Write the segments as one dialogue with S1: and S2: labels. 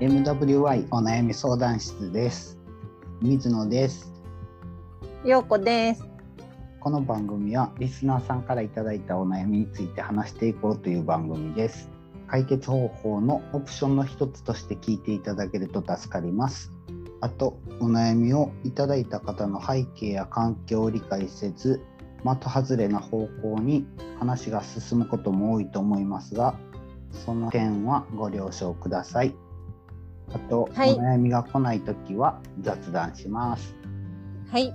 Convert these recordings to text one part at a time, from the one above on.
S1: MWI お悩み相談室です水野です
S2: ようこです。
S1: この番組はリスナーさんからいただいたお悩みについて話していこうという番組です解決方法のオプションの一つとして聞いていただけると助かりますあとお悩みをいただいた方の背景や環境を理解せず的外れな方向に話が進むことも多いと思いますがその点はご了承くださいあと、
S2: はい
S1: お悩みが来ない時は雑談します
S2: はい。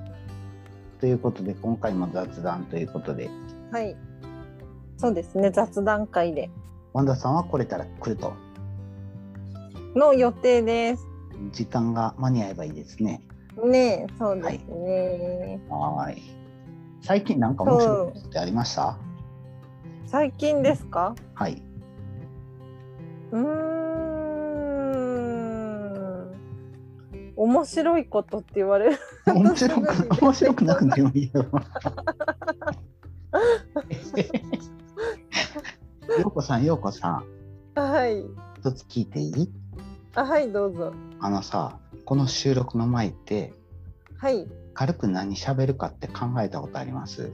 S1: ということで今回も雑談ということで
S2: はい。そうですね。雑談会で
S1: ワンダさんは来れたら来ると
S2: の予定です。
S1: 時間が間に合えばいいですね
S2: ねえ、そうですね。
S1: はーい最近なんか面白いことってありました
S2: 最近ですか？
S1: はい、
S2: うーん。面白いことって言われる。
S1: 面白く面白くなくてもいいよ。ようこさん、ようこさん、
S2: はい。
S1: 一つ聞いていい
S2: あ、はい、どうぞ。
S1: あのさ、この収録の前って、
S2: はい。
S1: 軽く何喋るかって考えたことあります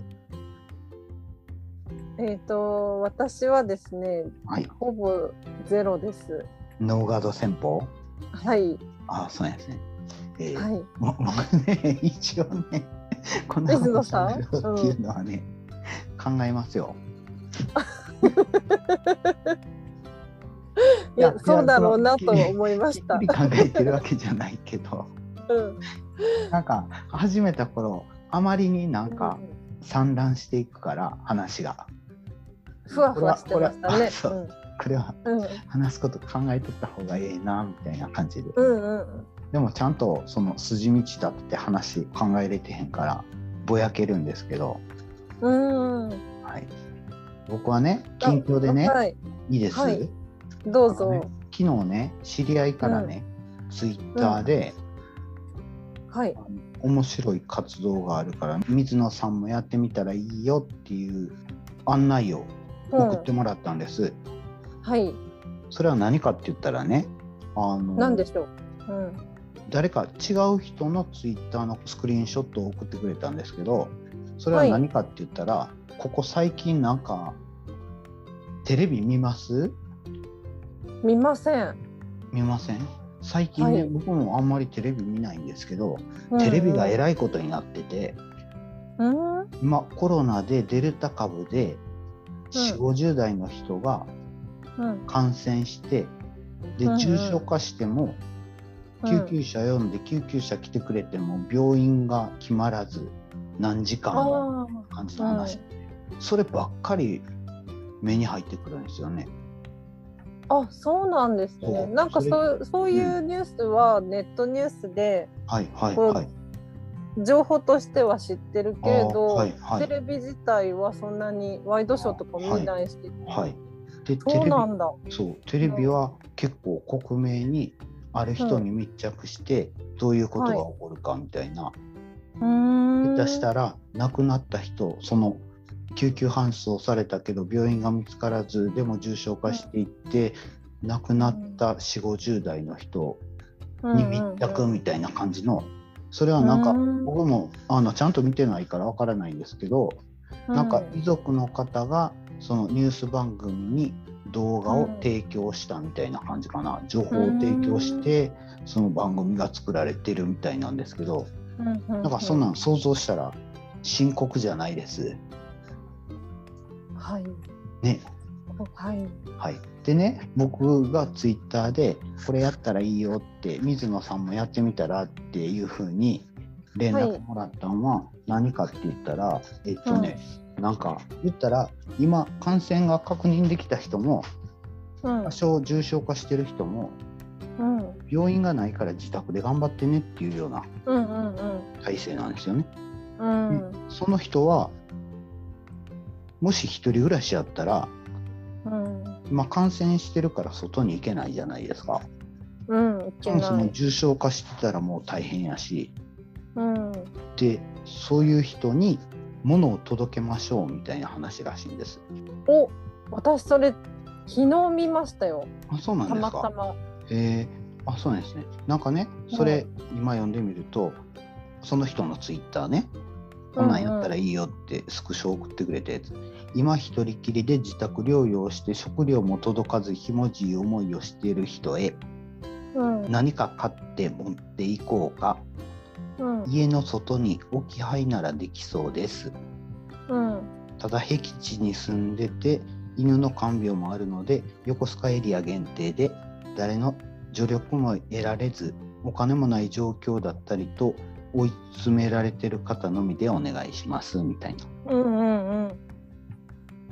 S2: えっ、と私はですね、
S1: はい。
S2: ほぼゼロです。
S1: ノーガード戦法
S2: はい。
S1: ああ、そうなんですね。えー
S2: はい。
S1: も 僕ね、一応ね、こんなこと喋ろうっていうのはね、考えますよ。
S2: いや、そうだろうなと思いました
S1: ゆ。っくり考えてるわけじゃないけど。
S2: うん。
S1: なんか始めた頃あまりになんか散乱していくから話が
S2: ふわふわしてました
S1: これ
S2: ね
S1: は。これはこれは
S2: うんうん
S1: 話すこと考えとった方がええなみたいな感じで
S2: うんうん
S1: でもちゃんとその筋道立って話考えれてへんからぼやけるんですけど、
S2: うん。
S1: はい、僕はね近況でね
S2: はい。
S1: いいです、
S2: はいどう
S1: あの
S2: ぞ
S1: ね。昨日ね知り合いからね、ツイッターで、
S2: はい。
S1: 面白い活動があるから水野さんもやってみたらいいよっていう案内を送ってもらったんです。
S2: はい。
S1: それは何かって言ったらね、あ
S2: なん
S1: の
S2: でしょう。うん。
S1: 誰か違う人のツイッターのスクリーンショットを送ってくれたんですけど、それは何かって言ったら、ここ最近なんかテレビ見ます？
S2: 見ません。
S1: 見ません？最近ね、
S2: はい
S1: 僕もあんまりテレビ見ないんですけど、
S2: うん
S1: テレビがえらいことになってて、
S2: うん。うん
S1: 今コロナでデルタ株で4 5 0代の人が
S2: うん。
S1: 感染して、
S2: うんう
S1: で
S2: ん
S1: 重症化しても、救急車呼んで救急車来てくれても病院が決まらず何時間も
S2: あ
S1: 感じの話、そればっかり目に入ってくるんですよね。
S2: あ。あ、そうなんです
S1: そう
S2: ね。なんかそうそういうニュースはネットニュースで
S1: はいはい
S2: こう
S1: はい。
S2: 情報としては知ってるけれ
S1: あー
S2: ど
S1: はい、は
S2: テ
S1: い
S2: レビ自体はそんなにワイドショーとか見ないし、
S1: はい。でテレ
S2: そう
S1: ビ
S2: なんだ。
S1: そうテレビは結構克明にある人に密着して、どういうことが起こるかみたいな、
S2: うーん。
S1: 下手したら亡くなった人その救急搬送されたけど病院が見つからずでも重症化していって、亡くなった4 5 0代の人に密着みたいな感じの、それはなんか、僕もあのちゃんと見てないからわからないんですけど、なんか遺族の方がそのニュース番組に動画を提供したみたいな感じかな、情報を提供してその番組が作られてるみたいなんですけど。な
S2: なん
S1: かそんなん想像したら深刻じゃないです。
S2: はい。
S1: ね。
S2: はい。
S1: はい、でね僕がツイッターでこれやったらいいよって水野さんもやってみたらっていう風に連絡もらったのは何かって言ったら、えっとね、なんか言ったら今感染が確認できた人も
S2: うん
S1: 多。少重症化してる人も
S2: うん。
S1: 病院がないから自宅で頑張ってねっていうような
S2: うんうん
S1: 体制なんですよね。
S2: うん。うん。
S1: その人はもし一人暮らしやったら
S2: うん。
S1: まあ、感染してるから外に行けないじゃないですか。
S2: うん。いけ
S1: そもそ
S2: な
S1: も
S2: い。
S1: 重症化してたらもう大変やし、
S2: うん。
S1: で、そういう人に物を届けましょうみたいな話らしいんです。
S2: お、私それ昨日見ましたよ。
S1: あ、そうなん
S2: た
S1: です
S2: ま
S1: か。
S2: たま。
S1: えあそうなんですねなんかねそれ今読んでみるとその人のツイッターねこんなんやったらいいよってスクショ送ってくれたやつ、今一人きりで自宅療養をして食料も届かずひもじい思いをしている人へ
S2: うんうん
S1: 何か買って持っていこうか
S2: うん
S1: 家の外に置き配ならできそうです
S2: うん
S1: ただ僻地に住んでて犬の看病もあるので横須賀エリア限定で誰の助力も得られずお金もない状況だったりと追い詰められてる方のみでお願いしますみたいな。
S2: うんうんうん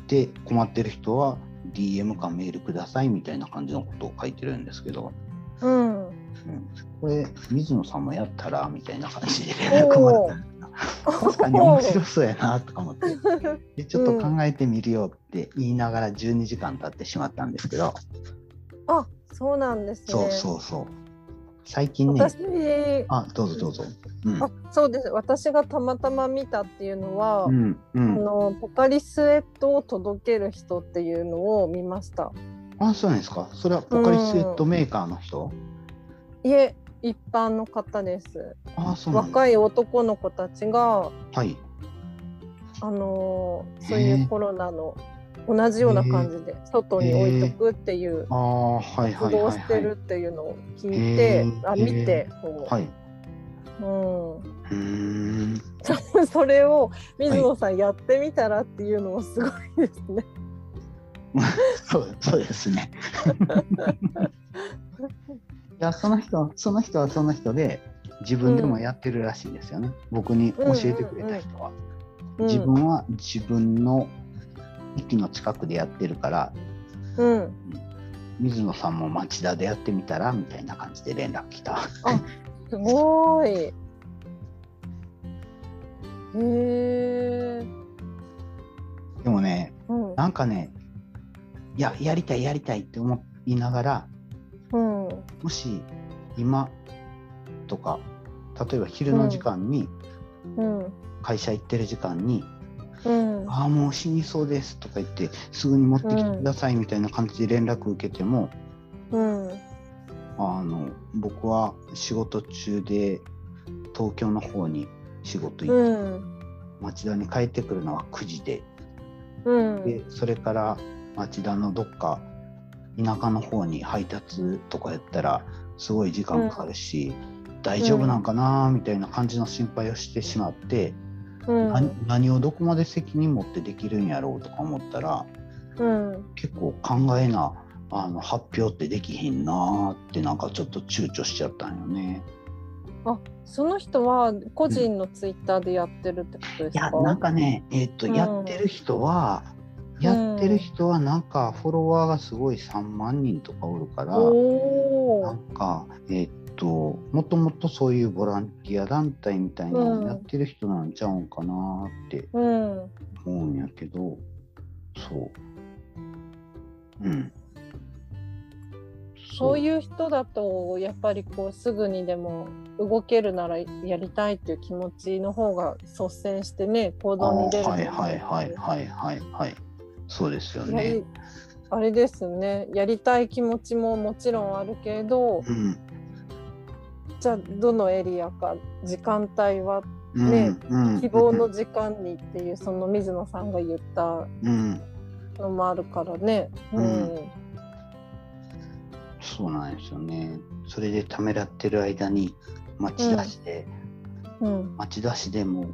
S1: で困ってる人は DM かメールくださいみたいな感じのことを書いてるんですけど、
S2: うん
S1: これ水野さんもやったらみたいな感じで 連絡もらったんですけど確かに面白そうやなとか思ってでちょっと考えてみるよって言いながら12時間経ってしまったんですけど、
S2: あそうなんですね
S1: そうそうそう最近ね
S2: 私
S1: あどうぞどうぞうん
S2: あそうです私がたまたま見たっていうのは、
S1: うんう
S2: あ
S1: ん
S2: のポカリスエットを届ける人っていうのを見ました
S1: あそうなんですかそれはポカリスエットメーカーの人、
S2: いえ一般の方です
S1: あそうなんだ
S2: 若い男の子たちが
S1: はい
S2: あのー
S1: へえ
S2: そういうコロナの同じような感じで外に置いとくっていう
S1: ああはいは
S2: 活
S1: いはい
S2: 動
S1: はい
S2: してるっていうのを聞い
S1: へ
S2: て
S1: え
S2: あ見てそう
S1: はい、うーん
S2: うん それを水野さんやってみたらっていうのもすごいですね。
S1: そうそうです ね。いやその人その人はその人で自分でもやってるらしいですよね。僕に教えてくれた人は、
S2: うん
S1: 自分は自分の駅の近くでやってるから
S2: うん、
S1: 水野さんも町田でやってみたらみたいな感じで連絡来た。
S2: すごい。へえ。
S1: でもね
S2: うん。
S1: なんかねいややりたいやりたいって思いながら
S2: うん。
S1: もし今とか例えば昼の時間に
S2: うん。
S1: 会社行ってる時間に
S2: うん。
S1: ああもう死にそうですとか言ってすぐに持ってきてくださいみたいな感じで連絡受けても、
S2: うん。
S1: あの僕は仕事中で東京の方に仕事行って、
S2: うん。
S1: 町田に帰ってくるのは9時で
S2: うん。
S1: でそれから町田のどっか田舎の方に配達とかやったらすごい時間かかるし、大丈夫なんかなーみたいな感じの心配をしてしまって、
S2: うん。
S1: 何何をどこまで責任持ってできるんやろうとか思ったら。
S2: うん。
S1: 結構考えなあの発表ってできひんなーってなんかちょっと躊躇しちゃったんよね。
S2: その人は個人のツイッターでやってるってことで
S1: い
S2: す
S1: や
S2: か。
S1: なんかねえっ、と、
S2: うん
S1: やってる人はやってる人はなんかフォロワーがすごい3万人とかおるから、
S2: お
S1: なん
S2: お。
S1: かえっ、ともともとそういうボランティア団体みたいなのやってる人なんちゃうんかなーって
S2: うん。
S1: 思うんやけどそう。うん。
S2: そう
S1: う
S2: いう人だとやっぱりこうすぐにでも動けるならやりたいっていう気持ちの方が率先してね行動に出ると
S1: あ
S2: 思
S1: ー
S2: う
S1: はいはいはいはいはいはいそうですよ
S2: や
S1: ね
S2: り。あれですねやりたい気持ちももちろんあるけど
S1: うん
S2: じゃあどのエリアか時間帯は
S1: うん
S2: ね
S1: うん
S2: 希望の時間にっていうその水野さんが言った
S1: うん
S2: のもあるからね。うん
S1: そうなんですよねそれでためらってる間に町田市で、
S2: うん、
S1: 町田市でも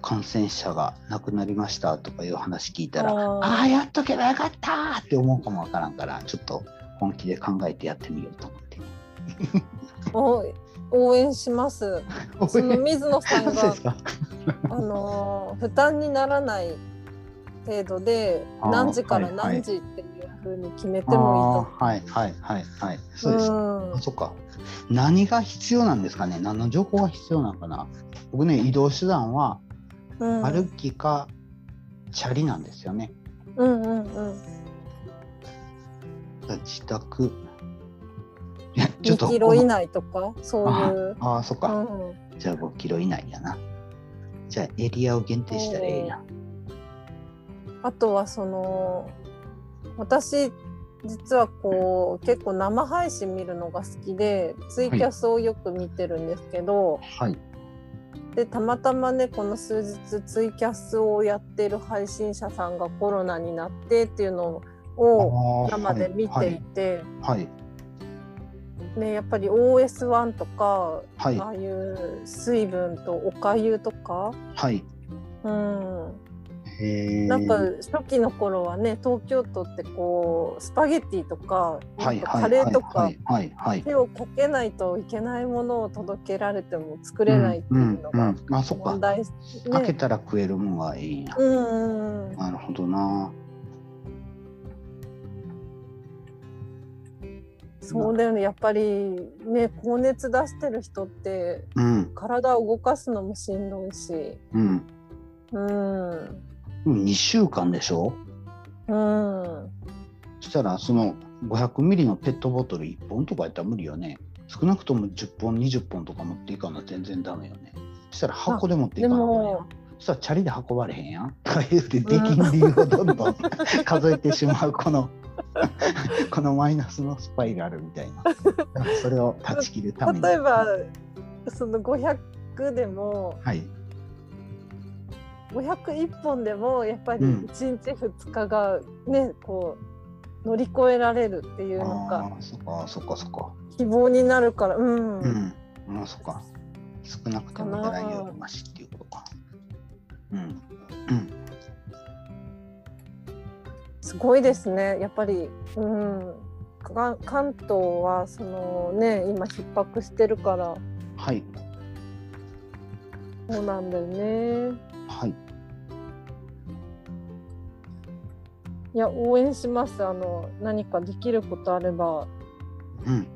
S1: 感染者が亡くなりましたとかいう話聞いたらあ
S2: あ
S1: あ
S2: ー
S1: ーやっとけばよかったーって思うかもわからんからちょっと本気で考えてやってみようと思って
S2: お応援します。その水野さん
S1: そうで
S2: が
S1: すか
S2: あのー負担にならない程度で
S1: あー
S2: 何時から
S1: はいはい
S2: 何時っていうふうに決めて
S1: あ
S2: もいい
S1: ーはいはいはいはい
S2: と
S1: そう
S2: 思
S1: です
S2: う。
S1: あそっか何が必要なんですかね何の情報が必要なのかな僕ね移動手段は
S2: うん、うん、
S1: 歩きかチャリなんですよね、
S2: うんうんうん。
S1: 自宅いやちょっと
S2: 2キロ以内とかそういう。
S1: ああそっ
S2: う
S1: か、
S2: ん、
S1: じゃあ5キロ以内やなじゃあエリアを限定したらええやん
S2: あとはその私実はこう結構生配信見るのが好きでツイキャスをよく見てるんですけど、
S1: はい。
S2: でたまたまねこの数日ツイキャスをやってる配信者さんがコロナになってっていうのを
S1: あー
S2: 生で見ていて、
S1: はい。
S2: ね、やっぱり OS1 とか
S1: はい。
S2: あ
S1: は
S2: あいう水分とおかゆとか、
S1: い。はい。
S2: うん、
S1: へー
S2: なんか初期の頃はね東京都ってこうスパゲッティとか
S1: はい。
S2: なん
S1: は
S2: か
S1: い。
S2: カレーとか
S1: はい。はい。はい。
S2: 手をかけないといけないものを届けられても作れないって
S1: う
S2: い
S1: ん
S2: うの。
S1: う
S2: が
S1: ん。あ、そっ
S2: 問
S1: か。
S2: 題、ね
S1: かけたら食えるもんがいいな。
S2: うんうんうん
S1: なるほどな。
S2: そうだよねやっぱりね高熱出してる人って
S1: うん。
S2: 体を動かすのもしんどいし
S1: うん。
S2: うん
S1: 2週間でしょ
S2: うん
S1: そしたらその500ミリのペットボトル1本とかやったら無理よね。少なくとも10本20本とか持っていかんの全然ダメよね。そしたら箱で持ってい
S2: で
S1: かんの
S2: も
S1: ね。そしたらチャリで運ばれへんやん。とか言うてできん理由をどんど ん数えてしまうこの このマイナスのスパイラルみたいな。だからそれを断ち切るために。
S2: 例えばその500でも
S1: はい。
S2: 501本でもやっぱり
S1: うん
S2: 1日2日がね、こう乗り越えられるっていうの
S1: あ
S2: か
S1: あそっかそっかそっか。
S2: 希望になるからうん、
S1: うん、まあそっか。少なくてもないよりマシっていうことか。うん。うん。
S2: すごいですねやっぱりうんか関東はそのね今逼迫してるから
S1: はい。
S2: そうなんだよね
S1: はい。
S2: いや応援しますあの何かできることあれば
S1: うん。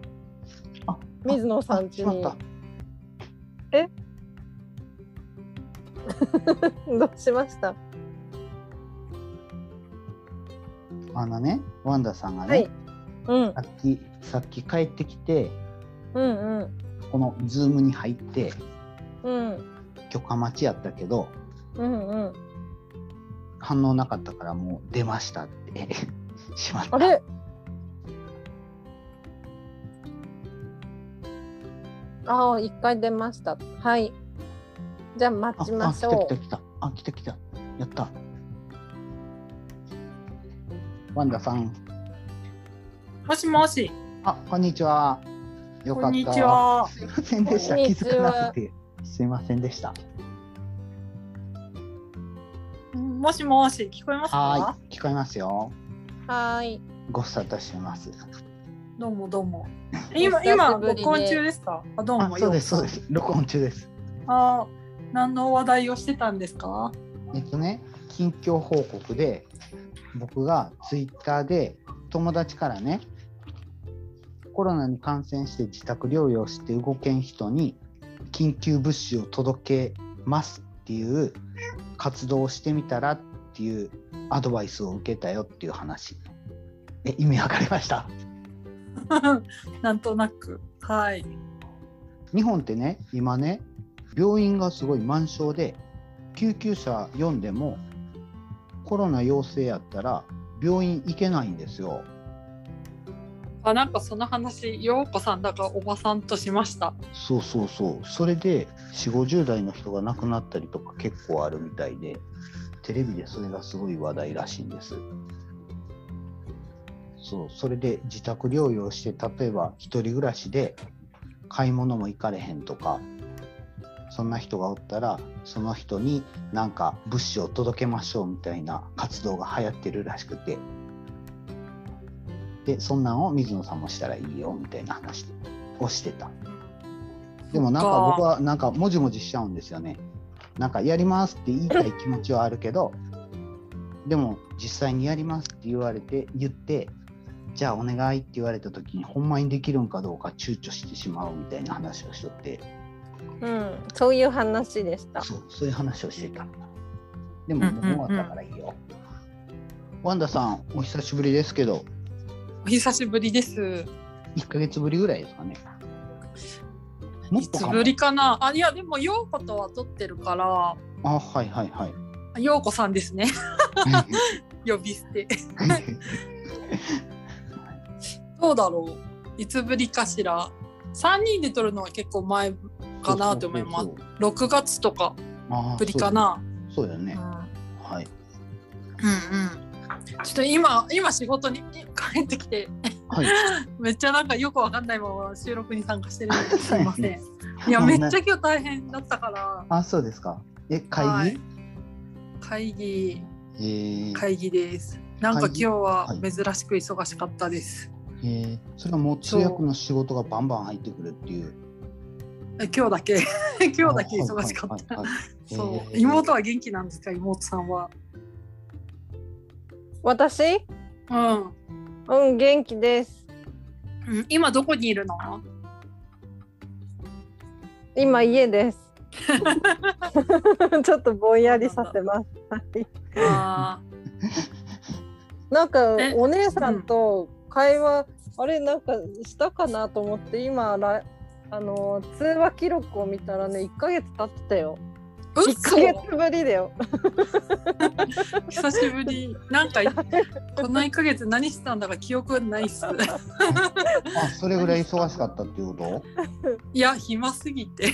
S2: 水野さん
S1: あし
S2: 家
S1: まっ
S2: に
S1: た。
S2: どうしました
S1: あのね、ワンダさんがね、
S2: はいうん
S1: さっき、さっき帰ってきて、
S2: うんうん
S1: このズームに入って、
S2: うん
S1: 許可待ちやったけど、
S2: うんうん
S1: 反応なかったからもう出ましたって。しまった。
S2: あれああ、一回出ました。はい。じゃあ待
S1: あ、
S2: ちましょ
S1: あ、来た来た
S2: う。
S1: 来た。あ、来た来た。やった。ワンダさん。
S3: もしもし。
S1: あ、こんにちは。よかった。
S3: こんにちは。
S1: すいませんでした。
S2: こ
S1: 気
S2: んにちは
S1: づかなくて。すいませんでした。
S3: もしもし、聞こえます
S1: は
S3: か。
S1: ーい、聞こえますよ。
S2: はーい。
S1: ご無沙汰してます。
S3: どうもどうも。
S2: お
S3: 今、
S2: 久し
S3: 今、
S2: ぶりで
S3: 録音中ですか。あ、どう
S1: あ
S3: も。、
S1: そうです、そ
S3: よ
S1: う
S3: う
S1: です。録音中です。
S3: こそ。あー、何の話題をしてたんですか。
S1: えっとね、近況報告で、僕がツイッターで友達からね、コロナに感染して自宅療養して動けん人に緊急物資を届けますっていう活動をしてみたらっていうアドバイスを受けたよっていう話。え、意味わかりました
S3: なんとなく。はい。
S1: 日本ってね今ね病院がすごい満床で救急車呼んでもコロナ陽性やったら病院行けないんですよ。
S3: あ、なんか、その話、ようこさんだか、おばさんとしました。
S1: そうそうそうそれで4 5 0代の人が亡くなったりとか結構あるみたいでテレビでそれがすごい話題らしいんですそうそれで自宅療養して例えば一人暮らしで買い物も行かれへんとかそんな人がおったらその人になんか物資を届けましょうみたいな活動が流行ってるらしくてでそんなんを水野さんもしたらいいよみたいな話をしてた。でもなんか僕はなんかもじもじしちゃうんですよね。なんかやりますって言いたい気持ちはあるけど、でも実際にやりますって言われて言って、じゃあお願いって言われた時にほんまにできるんかどうか躊躇してしまうみたいな話をしとって、
S2: うん、そういう話でした。
S1: そうそういう話をしてた。で
S3: うん
S1: も
S3: うんうん
S1: もう終わったからいいよ。ワンダさんお久しぶりですけど、
S3: お久しぶりです。
S1: 1ヶ月ぶりぐらいですかね。もっ
S3: い
S1: と
S3: つ
S1: かも
S3: ぶりかな。あ、いや、でも、ようことは撮ってるから。
S1: あはいはいはい。
S3: あ ようこさんですね。呼び捨て。どうだろういつぶりかしら3人で撮るのは結構前 かなと思いま
S1: そう
S3: す
S1: そうそう
S3: 6月とか
S1: あー
S3: ぶりかな
S1: そうだよね。そうだよね
S3: うん
S1: はい。
S3: うんうんちょっと今今仕事に帰ってきて、
S1: はい
S3: めっちゃなんかよくわかんないまま収録に参加してるんですすいませんいや
S1: あ
S3: めっち
S1: な
S3: ゃ今日大変だったから
S1: あ、そうですか。え、会議、
S3: はい会議
S1: えー
S3: 会議ですなんか今日は
S1: 会議
S3: 珍しく忙しかったです、
S1: えーそれはもう通訳の仕事がバンバン入ってくるっていう。
S3: え今日 だけ今日だけ忙しかった、
S1: た。はいはいい
S3: そう、
S1: へー
S3: 妹は元気なんですか妹さんは
S2: 私
S3: うん
S2: うん元気です
S3: うん今どこにいるの
S2: 今家です ちょっとぼんやりさせますはい
S3: あ
S2: なんか
S3: え
S2: お姉さんと会話、あれなんかしたかなと思って今らあの通話記録を見たらね1ヶ月経ってたよ
S3: ーうっ
S2: 1ヶ月ぶりだよ
S3: 久しぶりなんかこの1ヶ月何してたんだか記憶ない っす
S1: あ、それぐらい忙しかったっていうこと。
S3: いや暇すぎて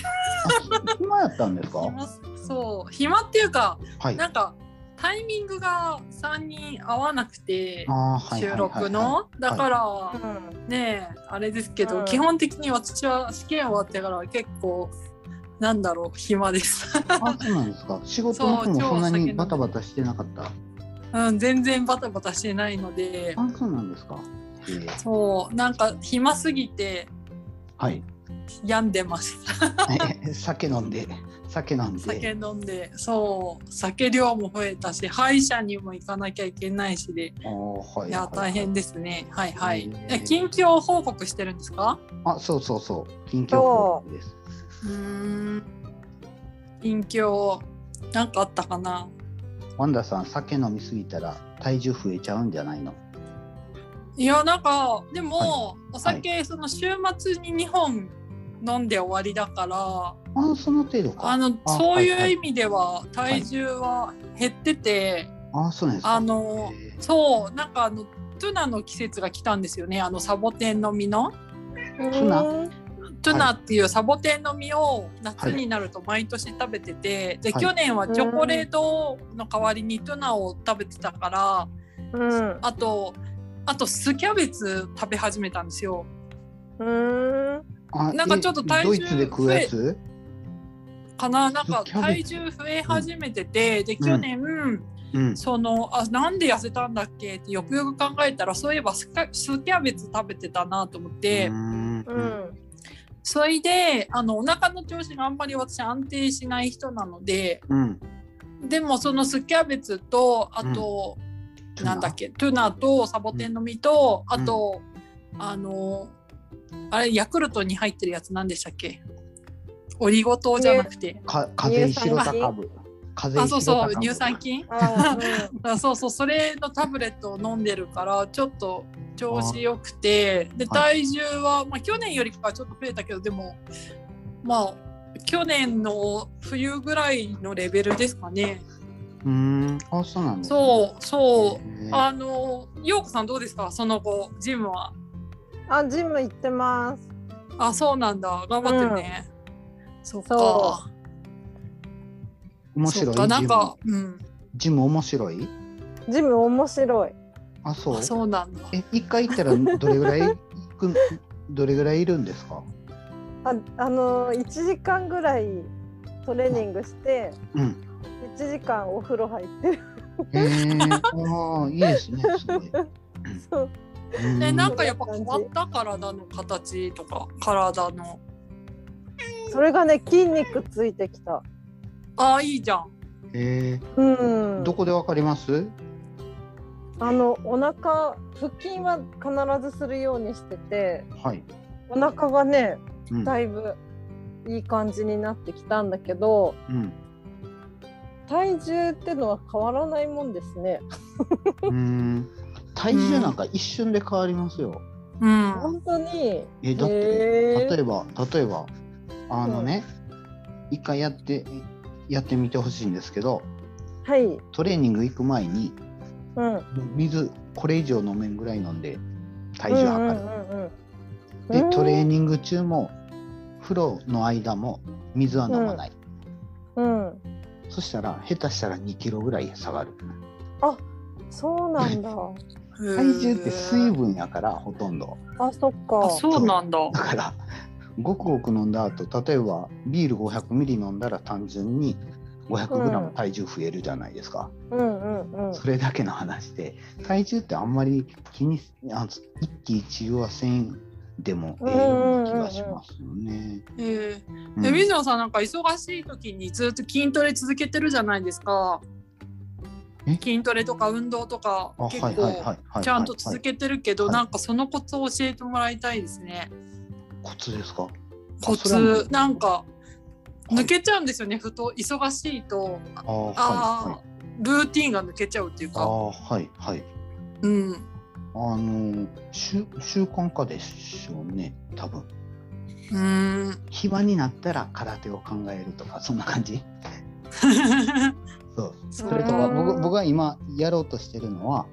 S1: あ、暇やったんですか。
S3: 暇すそう暇っていうか
S1: はい。
S3: なんかタイミングが3人合わなくて
S1: あー、はい。
S3: 収録
S1: はいはいはい。
S3: のだから、
S2: うん
S3: ねえあれですけど、
S2: うん
S3: 基本的に私は試験終わってから結構なんだろう暇です、
S1: あ、そうなんですか。仕事の方もそんなにバタバタしてなかった。
S3: うん、全然バタバタしてないので
S1: あ、そうなんですか。えー
S3: そうなんか暇すぎて
S1: はい。
S3: 病んでました
S1: え酒飲んで。酒飲んで。
S3: 酒飲んでそう酒量も増えたし歯医者にも行かなきゃいけないしで
S1: あー、はい。
S3: いや大変ですねはいはい
S1: うん
S3: え近況報告してるんですか
S1: あ、そうそうそう。近況報告です。
S3: うーん近況なんかあったかな
S1: ワンダさん、酒飲みすぎたら体重増えちゃうんじゃないの
S3: いやなんかでも、
S1: は
S3: お酒、その週末に2本飲んで終わりだから
S1: あ、その程度か。
S3: あ
S1: あ
S3: の
S1: あ
S3: そう
S1: はい
S3: い
S1: は
S3: う
S1: い
S3: 意味では体重は減ってて、
S1: そうなんですか。
S3: あの
S1: へ
S3: そうなんかあのトゥナの季節が来たんですよねあのサボテンの実の
S1: そうな
S2: うん
S3: トゥナっていうサボテンの実を夏になると毎年食べてて、で
S1: はい
S3: 去年はチョコレートの代わりにトゥナを食べてたから、
S2: うん
S3: あとあと酢キャベツ食べ始めたんですよ。
S2: うん
S1: あ
S3: なんかちょっと体重
S1: えドイツで食うやつ
S3: かななんか
S1: キャベ
S3: 体
S1: ツ
S3: 重増え始めてて、で去年、
S1: うん。
S3: そのあなんで痩せたんだっけってよくよく考えたらそういえばスカスキャベツ食べてたなと思って、
S1: うーん
S2: うん
S3: それであのお腹の調子があんまり私安定しない人なので
S1: うん。
S3: でもそのスキャベツとあと、なんだっけトゥナとサボテンの実と、
S1: ん
S3: あとあのあれヤクルトに入ってるやつ何でしたっけオリゴ糖じゃなくて。
S1: か風邪白高部。風
S3: あ
S1: 邪
S3: そう
S1: 白
S3: そ
S1: 高
S3: う
S1: 部
S3: 乳酸。菌
S2: あ
S3: あそうそうそれのタブレットを飲んでるからちょっと調子よくてで
S1: は
S3: 体重は、まあ、去年よりかはちょっと増えたけどでもまあ去年の冬ぐらいのレベルですかね
S1: うーん。あ、そうなんですね。
S3: そうそ
S1: へ
S3: う
S1: ー
S3: あの陽子さんどうですかその後ジムは
S2: うんあジム行ってます
S3: あそうなんだ頑張ってね、そっか
S2: そ
S1: 面
S3: そ
S1: 白
S3: っ
S1: い。
S3: かな
S1: ジム
S3: んかうん
S1: ジム面白い。
S2: ジム面白い
S1: あ、そう
S3: あ。そうなんだ
S1: え、一回行ったらどれぐらい行くどれぐらいいるんです か。
S2: ああの1時間ぐらいトレーニングして
S1: うん。
S2: 1時間お風呂入ってる
S1: へえ。ああ、いいですね。すごい。
S2: そう
S3: え
S1: うん
S3: なんかやっぱ変わった体の形とか体の
S2: それがね筋肉ついてきた
S3: あいいじゃん
S1: へえ。
S2: うん
S1: どこでわかります？
S2: あのお腹腹筋は必ずするようにしてて
S1: はい。
S2: お腹がね
S1: うん。
S2: だいぶいい感じになってきたんだけど
S1: うん。
S2: 体重ってのは変わらないもんですね
S1: うーん体重なんか一瞬で変わりますよ。
S3: うん
S2: 本当に
S1: えだって例
S2: へー
S1: えば例えばあのね、一回やってやってみてほしいんですけど
S2: はい
S1: トレーニング行く前に
S2: うん
S1: 水これ以上飲めんぐらい飲んで体重測る。
S2: る。
S1: でトレー
S2: ン
S1: ニング中も風呂の間も水は飲まない、
S2: うん。
S1: そしたら下手したら2キロぐらい下がる
S2: そうなんだ。
S1: 体重って水分やからほとんど
S2: あ、そっ
S3: あ
S2: か。
S3: そうなんだ。
S1: だからごくごく飲んだ後例えばビール500ミリ飲んだら単純に500グラ
S2: う
S1: ム
S2: ん
S1: 体重増えるじゃないですか、
S2: うんうんうん。
S1: それだけの話で体重ってあんまり気にあ一喜一憂はせんでもええような気がしますよね。
S3: え
S1: う
S3: ー、
S1: ん
S3: で水野さんなんか忙しい時にずっと筋トレ続けてるじゃないですか
S1: え
S3: 筋トレとか運動とか
S1: あ
S3: 結
S1: はいはいはいはい
S3: 構
S1: はい
S3: ちゃんと続けてるけど
S1: はい
S3: なんかそのコツを教えてもらいたいですね
S1: コツですか
S3: コ
S1: それはも
S3: ツ
S1: う
S3: なんか
S1: い
S3: 抜けちゃうんですよねふと忙しいと
S1: あーはい
S3: あ
S1: はい
S3: ールーティンが抜けちゃうっていう
S1: あ
S3: か
S1: ーはいはい
S3: うん
S1: あのー習習慣化でしょうね多分
S3: うーん
S1: 暇になったら空手を考えるとかそんな感じそう
S3: そ
S1: それと
S2: う
S1: か
S2: ん
S1: 僕僕が今やろうとしてるのは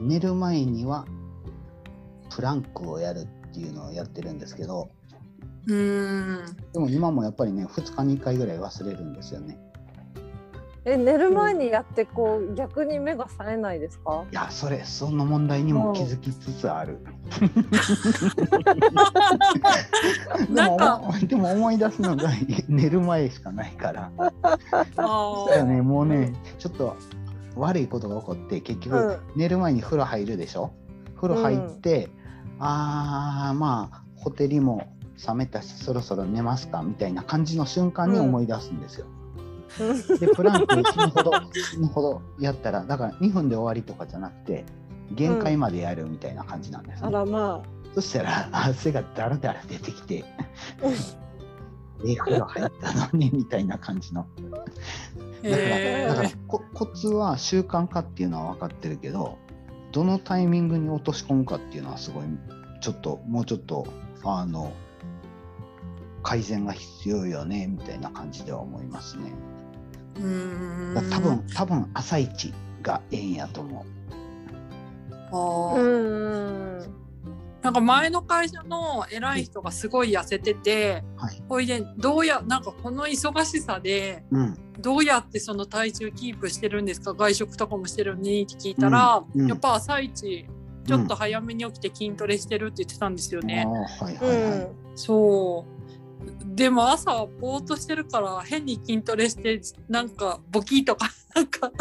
S1: 寝る前にはプランクをやるっていうのをやってるんですけど
S3: う ーん
S1: でも今もやっぱりね2日に1回ぐらい忘れるんですよね
S2: え、寝る前にやってこう逆に目が冴えないですか？
S1: いやそれそんな問題にも気づきつつあるで
S3: なん
S1: も
S3: か
S1: でも思い出すのが寝る前しかないから
S3: あ
S1: だよ
S3: ー
S1: ねもうねちょっと悪いことが起こって結局、
S2: うん。
S1: 寝る前に風呂入るでしょ風呂入って、あーまあホテルも冷めたしそろそろ寝ますかみたいな感じの瞬間に思い出すん ですよ。でプランク死ぬほど死ぬほどやったらだから2分で終わりとかじゃなくて限界までやるみたいな感じなんです
S2: あ
S1: ね、
S2: らま
S1: そしたら汗がだらだら出てきて「え風呂入ったのに」みたいな感じのだから
S3: え
S1: だから
S3: ー
S1: こコツは習慣化っていうのは分かってるけどどのタイミングに落とし込むかっていうのはすごいちょっともうちょっとあの改善が必要よねみたいな感じでは思いますね。
S3: うーん
S1: だ多分多分朝一がええんやと思
S3: あー
S2: あ。うんうん。
S3: なんか前の会社の偉い人がすごい痩せてて、
S1: はい
S3: ほいでどうやなんかこの忙しさで
S1: う。うん、
S3: どうやってその体重キープしてるんですか外食とかもしてるのにって聞いたら、
S1: うんうん
S3: やっぱ朝一ちょっと早めに起きて筋トレしてるって言ってたんですよ
S1: うん
S3: ね。
S1: あーはいは
S2: う
S1: いはい。
S2: ん。
S3: そうでも朝はぼーっとしてるから変に筋トレしてなんかボキとかなんか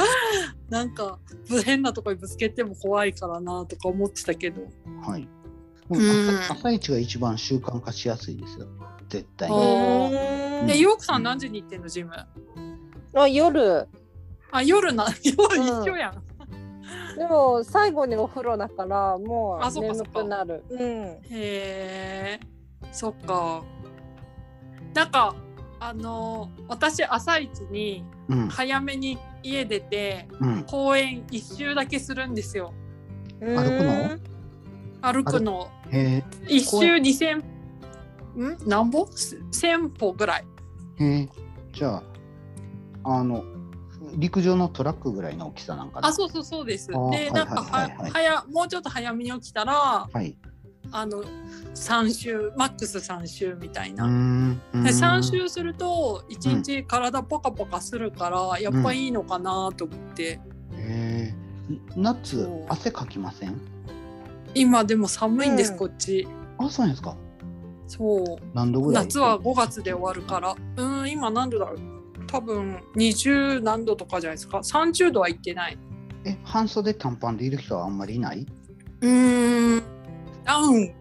S3: なんか変なとこにぶつけても怖いからなとか思ってたけど。
S1: はい、
S3: ん
S1: 朝朝一が一番習慣化しやすいですよ絶対に
S3: あ。
S1: うん
S3: でヨークさん何時に行ってんのジム
S2: あ夜
S3: あ 夜な夜
S2: うん
S3: 一緒やん、
S2: でも最後にお風呂だからも
S3: あ
S2: う
S3: そっか
S2: 眠
S3: そっ
S2: く
S3: か
S2: なるうん
S3: へえそっかなんかあの私朝一に
S1: うん
S3: 早めに家出て
S1: うん、
S3: 公園一周だけするんですよ
S2: 歩
S1: くの
S3: 歩くの
S1: へ
S3: 一周二千ん何歩せ千歩ぐらい
S1: えへえじゃああの陸上のトラックぐらいの大きさなんかな
S3: あそうそうそうです
S1: あーはい
S3: でなんか
S1: はいはいは
S3: はい早もうちょっと早めに起きたら
S1: はい。
S3: あの3周マックス3周みたいな、
S1: ん。
S3: で3周すると1日体ポカポカするからやっぱいいのかなと思って、
S1: へー夏
S3: そう
S1: 汗かきません。
S3: 今でも寒いんです、
S2: うん
S3: こっち
S1: あ、そうなんですか。
S3: そう
S1: 何度ぐらい。
S3: 夏は5月で終わるからうん今何度だろう多分20何度とかじゃないですか30度はいってない
S1: え、半袖短パンでいる人はあんまりいない。
S3: うーんダウン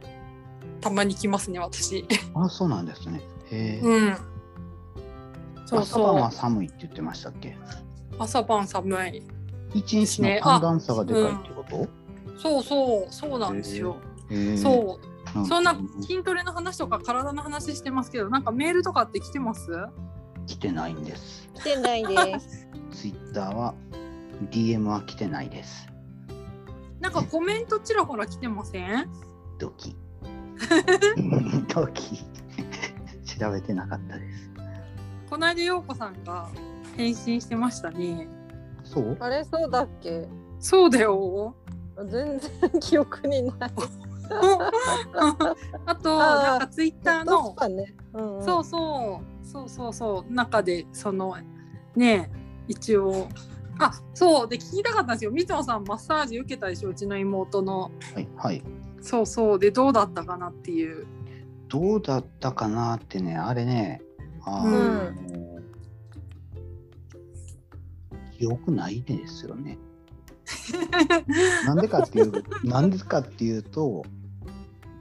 S3: たまに来ますね私
S1: あ、そうなんですね。へえ。
S3: うんそう
S1: 朝晩
S3: そ
S1: は
S3: う
S1: 寒いって言ってましたっけ。
S3: 朝晩寒い
S1: 一日の寒暖差がでかいってこと。
S3: そうそうそうなんですよ、
S1: へー
S3: そう
S1: うん
S3: そんな筋トレの話とか体の話してますけど、なんかメールとかって来てます？
S1: 来てないんです。
S2: 来てないです
S1: ツイッターは。DM は来てないです。
S3: なんかコメントちらほら来てません？
S1: ドキ。ドキ。調べてなかったです。
S3: こないだ陽子さんが返信してましたね。
S1: そう。
S2: あれそうだっけ
S3: そうだよ。
S2: 全然記憶にない。
S3: あとなんかツイッターの
S2: 確かね。うんうん
S3: そうそうそうそうそう中でそのね一応あそうで聞きたかったんですよ水野さんマッサージ受けたでしょうちの妹の
S1: はい、はい。
S3: そうそうでどうだったかなっていう
S1: どうだったかなってね、あれね、あ
S3: う
S1: の記憶ないですよね。 なんでかっていう、なんでかっていうと、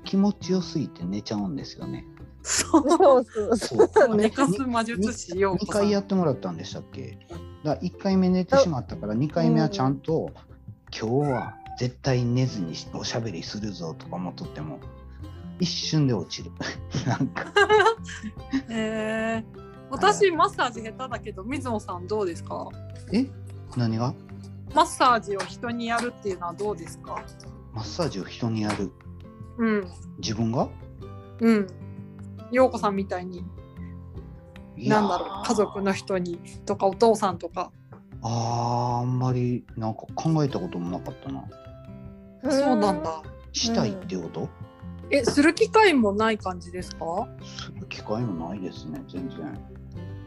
S1: 気持ちよすぎて寝ちゃうんですよね。
S3: そう
S2: そうそうそ
S1: そう
S2: う
S3: 寝
S2: ね。
S3: かす魔術師よう
S1: 2
S3: こさん
S1: 回やってもらったんでしたっけだ1回目寝てしまったから2回目はちゃんと、今日は絶対寝ずにおしゃべりするぞとか思っとっても一瞬で落ちる なんか
S3: えー私マッサージ下手だけど水野さんどうですか
S1: え何が
S3: マッサージを人にやるっていうのはどうですか
S1: マッサージを人にやる
S3: うん
S1: 自分が
S3: うんようこさんみたいに
S1: いやー
S3: なんだろう家族の人にとかお父さんとか
S1: あーあんまりなんか考えたこともなかったな
S3: そうなんだ。
S1: したいってこと、
S3: え、する機会もない感じですか。
S1: する機会もないですね全然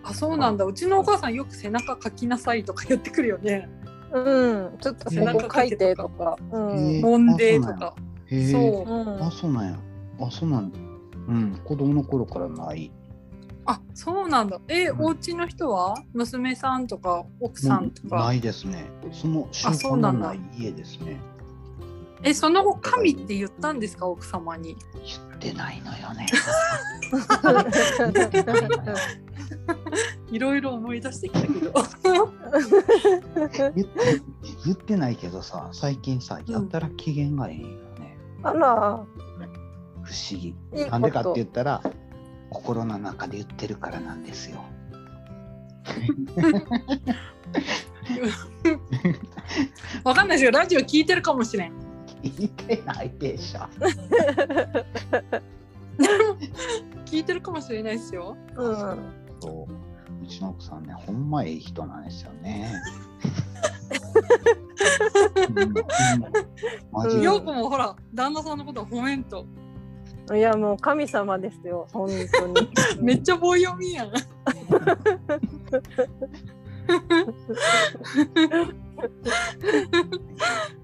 S3: あ、そうなんだ。うちのお母さんよく背中かきなさいとか言ってくるよね。
S2: うん。ちょっとそこ書いてとか。うん。
S3: 揉んでとか。
S1: へえ
S3: そう。
S2: うん
S1: あそうなんやあそうなんうん子供の頃からない
S3: あ、そうなんだ。え、
S1: うん
S3: お家の人は娘さんとか奥さんと
S1: な
S3: か。
S1: いですねその習
S3: あそ
S1: 慣
S3: うな
S1: の
S3: んだ
S1: ない家ですね
S3: え、その後神って言ったんですか奥様に。
S1: 言ってないのよね
S3: いろいろ思い出してきたけど。
S1: 言って言ってないけどさ最近さやたら機嫌がいいよね、
S2: あら。
S1: 不思議
S2: いいこと
S1: なんでかって言ったら心の中で言ってるからなんですよ
S3: わかんないですよ。ラジオ聞いてるかもしれん。
S1: 聞いてないでしょ
S3: 聞いてるかもしれないですよ。
S2: うん。
S1: そううちの奥さんねほんまいい人なんですよ ねうんうんマジで
S3: ようこもほら、旦那さんのこと褒めんと。
S2: いやもう神様ですよ本当に。
S3: めっちゃ棒読みやん。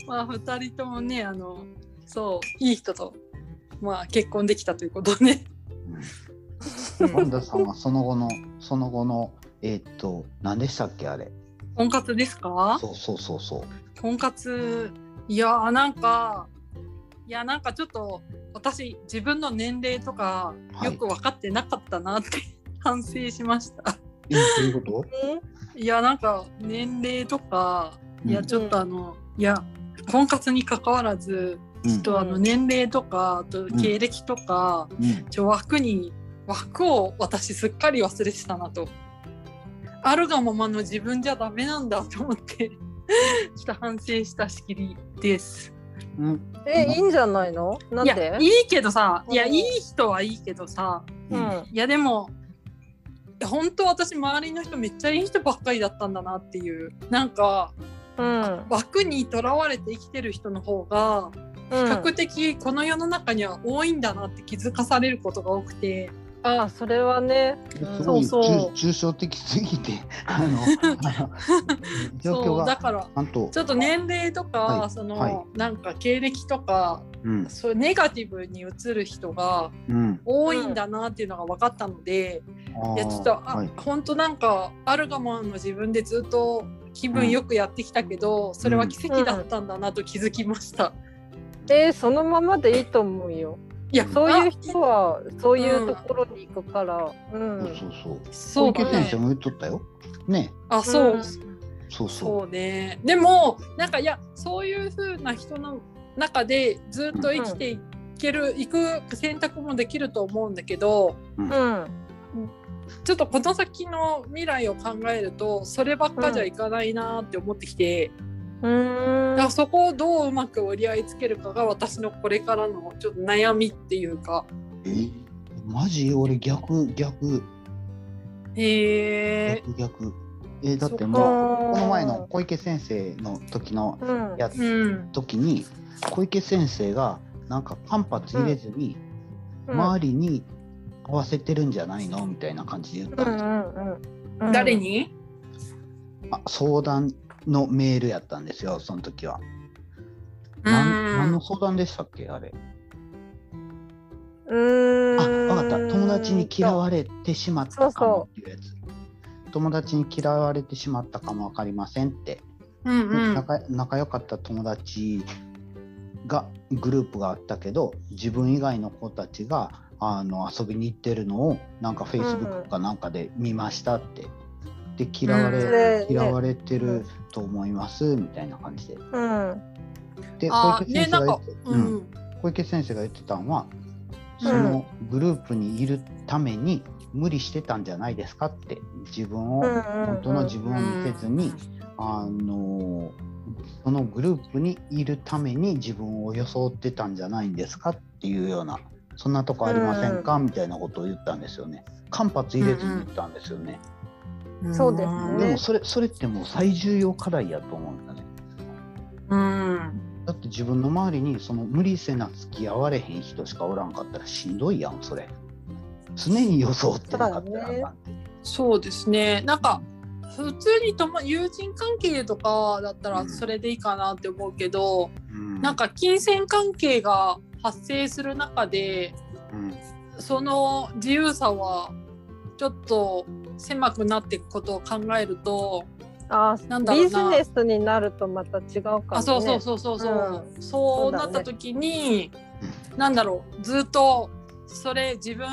S3: まあ二人ともねあのそういい人とまあ結婚できたということね。
S1: うん本田さんはその後のその後のえーっと何でしたっけあれ
S3: 婚活ですか？
S1: そうそうそうそう
S3: 婚活いやーなんかいやなんかちょっと私自分の年齢とか
S1: はい
S3: よく分かってなかったなって 反省しました。
S1: えどういうこと
S3: いやなんか年齢とかいや
S1: うん
S3: ちょっとあの、いや婚活に関わらずちょっとあの
S2: うん
S3: 年齢とかあと経歴とか、
S1: うん
S3: ちょ枠に枠を私すっかり忘れてたなとあるがままの自分じゃダメなんだと思って ちょっと反省したしきりです。
S1: うん
S2: えいいんじゃないの？なん
S3: い
S2: で？
S3: やいいけどさいや
S2: う
S3: い
S2: ん
S3: い人はいいけどさ
S2: う
S1: うん
S2: ん。
S3: いやでも本当私周りの人めっちゃいい人ばっかりだったんだなっていうなんか
S2: うん。
S3: 枠にとらわれて生きてる人の方が比較的この世の中には多いんだなって気づかされることが多くて
S2: あそれはね。
S1: すごい
S3: そうそう
S1: 抽象的すぎてあのあ の状況
S3: そうだ
S1: がち
S3: から
S1: ゃんと
S3: ちょっと年齢とか、
S1: はい
S3: その、
S1: は
S3: なんか経歴とか
S1: うん
S3: そうネガティブに映る人が
S1: うん
S3: 多いんだなっていうのが分かったので、
S1: あー
S3: いやちょっとあ、
S1: はい
S3: 本当なんかあるがままの自分でずっと気分よくやってきたけど、それは奇跡だったんだなと気づきました。
S2: えーそのままでいいと思うよ。
S3: いや
S2: そういう
S3: あ
S2: 人はそういうところに行くから。うん。
S1: そうそうそう
S3: そ
S1: 小
S3: うだ
S1: 池
S3: ね
S1: 選手も言っとったよね
S3: あそう、
S2: うん
S1: そうそ
S3: そうねでもなんかいやそういう風な人の中でずっと生きていける、行く選択もできると思うんだけど
S2: うん。
S3: ちょっとこの先の未来を考えるとそればっかじゃいかないなって思ってきて、
S2: うーん
S3: だからそこをどううまく折り合いつけるかが私のこれからのちょっと悩みっていうか。
S1: うえマジ俺逆逆
S3: へえ
S1: 逆逆えーだって
S2: そっ
S1: も
S2: か
S1: うこの前の小池先生の時の
S2: うん
S1: やつ、
S3: うん。
S1: 時に小池先生がなんか間髪入れずに周りに合わせてるんじゃないのみたいな感じで言った
S2: うん
S1: です、
S2: んうんうん、
S3: 誰に？
S1: あ相談のメールやったんですよその時は、
S3: う
S1: なん、
S3: ん
S1: 何の相談でしたっけあれ
S2: うーん
S1: あ分かった友達に嫌われてしまったかもっていうやつ友達に嫌われてしまったかも分かりませんって
S3: うんうん。
S1: 仲仲良かった友達がグループがあったけど自分以外の子たちがあの遊びに行ってるのをなんか Facebook かなんかで見ましたって。で嫌わ
S3: うん
S1: れ
S2: ね
S1: 嫌われてると思いますみたいな感じで。
S2: うん
S1: で小
S3: あ
S1: 池先
S3: ね
S1: 生
S3: なん
S1: が言
S3: か
S1: って、
S3: う
S1: うん
S3: ん
S1: 小池先生が言ってたのは
S2: うん
S1: そのグループにいるために無理してたんじゃないですかって自分を
S2: うんうんうん
S1: 本当の自分を見せずに。あのそのグループにいるために自分を装ってたんじゃないんですかっていうようなそんなとこありませんか、みたいなことを言ったんですよね間髪入れずに言ったんですよね、
S3: うん
S2: そうです
S3: ん
S1: で
S2: ね
S1: もそれそれってもう最重要課題やと思うんだね
S3: うん。
S1: だって自分の周りにその無理せな付き合われへん人しかおらんかったらしんどいやんそれ常に装ってなかったらあかんって
S3: そうですね。なんか普通にとも友人関係とかだったらそれでいいかなって思うけど、
S1: うん
S3: なんか金銭関係が発生する中で
S1: うん
S3: その自由さはちょっと狭くなっていくことを考えると、
S2: あ
S3: なんだろう
S2: ビ
S3: な
S2: ジネスになるとまた違うからね
S3: あそうそうそうそうそう、そうなった時に、
S1: う
S3: なんだろうずっとそれ自分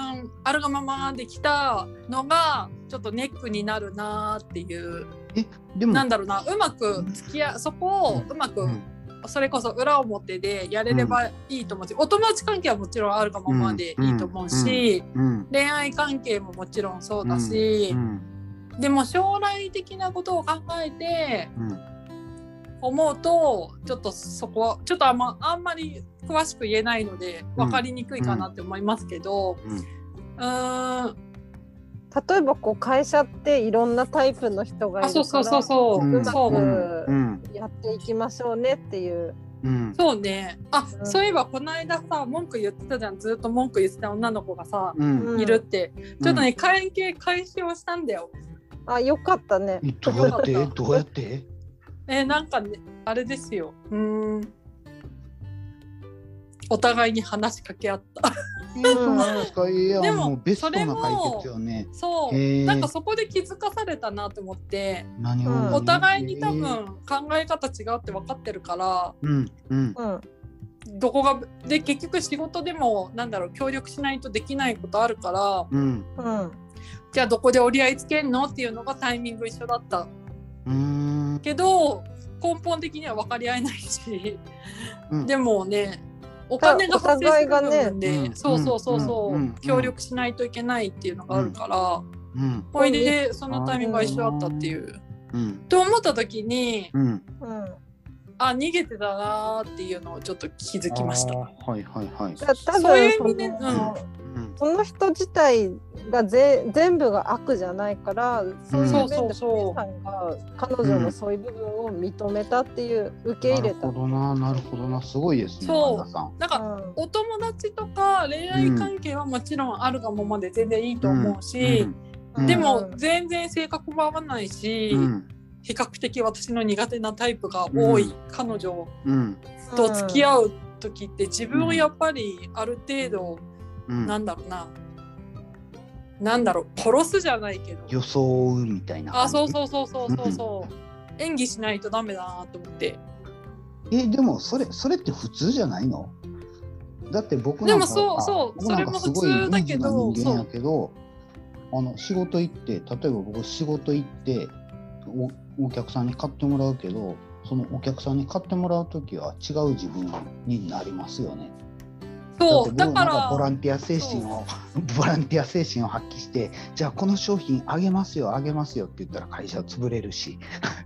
S3: あるがままできたのがちょっとネックになるなーっていう、
S1: でも
S3: なんだろうなうまく付き合そこをうまく、
S1: うん
S3: それこそ裏表でやれればいいと思うし、お友達関係はもちろんあるがままでいいと思うし、
S1: うん
S3: 恋愛関係ももちろんそうだ
S1: う
S3: し、
S1: ん
S3: でも将来的なことを考えて
S1: うん
S3: 思うとちょっとそこはちょっとあんまあんまり詳しく言えないので分かりにくいかなって思いますけど
S1: うん
S3: うーん
S2: 例えばこう会社っていろんなタイプの人がいる
S3: あ
S2: から
S3: そうそうそうそう、
S1: うん
S3: そう、
S1: うん
S2: やっていきましょうねっていう
S1: うん
S3: そうねあ、
S2: うん
S3: そういえばこの間さ文句言ってたじゃんずっと文句言ってた女の子がさ、
S1: うん
S2: うん
S3: いるってちょっとね会計開始をしたんだよ
S2: あよかったね
S1: えどうやってどうやって
S3: えーなんかねあれですようーんお互いに話しかけ合った
S1: えーそうなんですかいや
S3: でも
S1: もうベストな解決よね
S3: そう、
S1: へー
S3: なんかそこで気づかされたなと思って
S1: 何を
S2: うん
S1: 何を
S3: お互いに多
S1: えー
S3: 分考え方違うって分かってるから
S1: うんうん
S2: うん
S3: どこがで結局仕事でもなんだろう協力しないとできないことあるから
S1: うん
S2: うん
S3: じゃあどこで折り合いつけんのっていうのがタイミング一緒だった
S1: うーん
S3: けど根本的には分かり合えないし、
S1: うん
S3: でもねお金が発生する部分で、
S1: お互いがねうん
S3: そうそうそうそう、
S1: うんうん
S3: 協力しないといけないっていうのがあるから、
S1: うん
S3: ほいでそのタイミングが一緒だったっていう。
S1: うん
S3: と思った時に
S1: うん
S2: うん
S3: あ逃げてたなーっていうのをちょっと気づきました。
S1: あーはいはいはい
S2: じゃあ多
S3: そういう
S2: 分
S3: 意味で
S2: そ
S3: うん
S2: の
S1: うん
S2: その人自体がぜ全部が悪じゃないからそういう面で
S3: そうそうそう
S2: お姉さんが彼女のそういう部分を認めたっていう受け入れた、
S1: なるほどななるほどなすごいですね
S3: そう
S1: 神田さん
S3: なんか
S2: うん
S3: お友達とか恋愛関係はもちろんあるがままで全然いいと思うし、
S1: うん
S3: で
S2: う
S3: も
S2: ん
S3: 全然性格も合わないし、
S1: うん
S3: 比較的私の苦手なタイプが多い彼女
S1: うん
S3: と付き合う時って自分をやっぱりある程度、
S1: うん
S3: なんだろうななんだろう殺すじゃないけど
S1: 装うみたいな感
S3: あ
S1: じ
S3: そうそうそうそうそうそう演技しないとダメだなと思って
S1: えでもそれそれって普通じゃないのだって僕
S3: で
S1: なん
S3: も
S1: か
S3: そうそう
S1: 僕なんか
S3: それも
S1: すごい
S3: 普通だけど
S1: ビジな人間やけどあの仕事行って例えば僕仕事行っておお客さんに買ってもらうけどそのお客さんに買ってもらう時は違う自分になりますよね。
S3: そう
S1: だ
S3: だ
S1: って僕
S3: か
S1: なんボラ
S3: ら
S1: ンティア精神をボランティア精神を発揮してじゃあこの商品あげますよあげますよって言ったら会社は潰れるし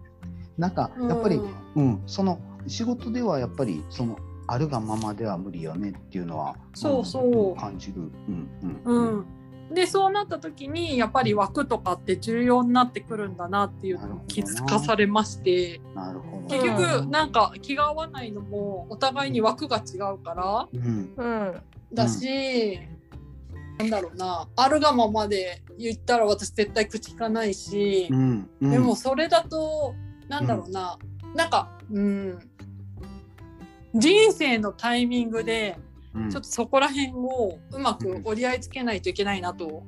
S1: なんかやっぱり、
S3: うん
S1: うん、その仕事ではやっぱりそのあるがままでは無理よねっていうのは
S3: そうそうん
S1: 感じる。うんうん
S3: うん、でそうなった時にやっぱり枠とかって重要になってくるんだなっていうのを気づかされまして
S1: なるほど。
S3: 結局なんか気が合わないのもお互いに枠が違うから
S1: うん、
S2: うん
S3: だし、なんだろうなあるがままで言ったら私絶対口聞かないし
S1: う、ん、うん
S3: でも、それだとなんだろうな、なんかうん人生のタイミングで
S1: うん
S3: ちょっとそこら辺をうまく折り合いつけないといけないなと。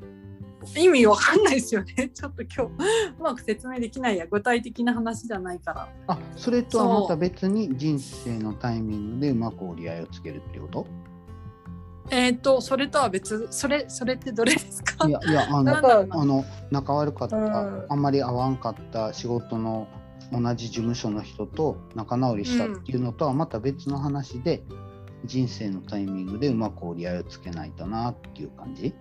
S3: 意味わかんないですよね。 ちょっと今日うまく説明できないや具体的な話じゃないから。
S1: あ、それとは
S3: そう
S1: また別に人生のタイミングでうまく折り合いをつけるってこと？
S3: えっ、とそれとは別それそれってどれですか
S1: い？やいやあ
S3: な
S1: の
S3: んだろうな
S1: あの仲悪かった、
S2: うん
S1: あんまり合わんかった仕事の同じ事務所の人と仲直りしたっていうのとはまた別の話で、人生のタイミングでうまく折り合いをつけないとなっていう感じ？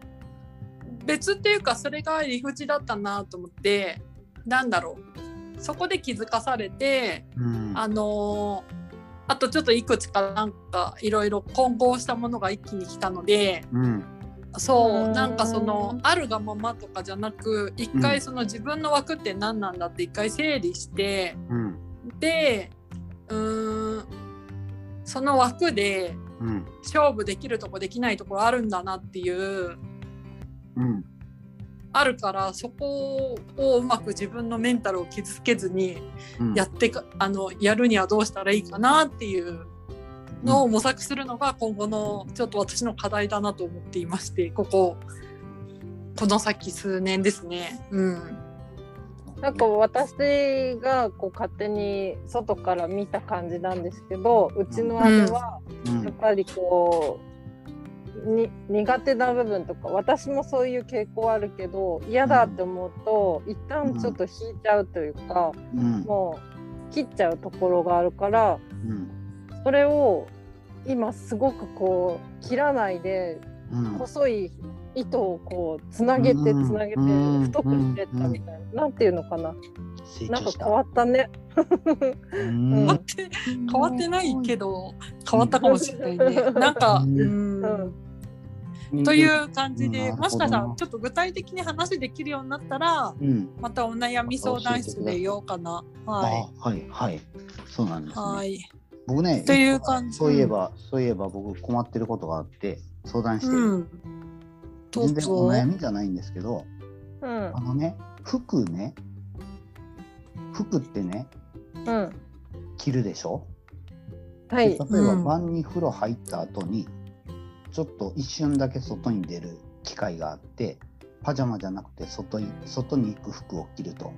S3: 別っていうかそれが入り口だったなと思ってなんだろうそこで気づかされて
S1: うん。
S3: あのーあとちょっといくつかなんかいろいろ混合したものが一気に来たので
S1: うん。
S3: そううんなんかそのあるがままとかじゃなく一
S1: う
S3: 回
S1: ん
S3: その自分の枠って何なんだって一回整理して
S1: うん。
S3: でうーんその枠で
S1: うん。
S3: 勝負できるとこできないところあるんだなっていう
S1: うん。
S3: あるからそこをうまく自分のメンタルを傷つけずに
S1: うん
S3: やってかあのやるにはどうしたらいいかなっていうのを模索するのが今後のちょっと私の課題だなと思っていましてこここの先数年ですね。うん、
S2: なんか私がこう勝手に外から見た感じなんですけどうちの姉は
S1: う
S2: や
S1: ん。
S2: っぱりこうに苦手な部分とか私もそういう傾向あるけど嫌だって思うと一旦ちょっと引いちゃうというか
S1: うん。
S2: もう切っちゃうところがあるから
S1: うん。
S2: それを今すごくこう切らないで
S1: うん。
S2: 細い糸をこうつなげて
S1: うん
S2: つなげ
S1: う
S2: て
S1: ん
S2: 太くしてったみたいななんていうのかな
S1: 成
S2: な
S1: 長
S2: んか
S1: した。
S2: 変わったね。
S1: うん
S2: う
S3: 変
S2: ん
S3: わって変わってないけど変わったかもしれないね。なんか
S1: う
S3: うんん
S1: うん
S3: という感じ
S1: うんな
S3: で
S1: るほど
S3: もしかしたらちょっと具体的に話できるようになったら
S1: うん。
S3: またお悩み相談室で言おうかな。は
S1: あはいはいそうなんで
S3: い
S1: すね。
S3: はい
S1: 僕ね
S3: という感じ
S1: そういえば、そういえば僕困ってることがあって相談してる、
S3: うん。ど
S1: 全
S3: う
S1: 然お
S3: ぞ。
S1: 悩みじゃないんですけど
S2: うん
S1: あのね服ね服ってね
S2: うん
S1: 着るでしょ、
S2: はい
S1: で例えば
S3: うん
S1: 晩に風呂入った後に、ちょっと一瞬だけ外に出る機会があってパジャマじゃなくて外に外に行く服を着ると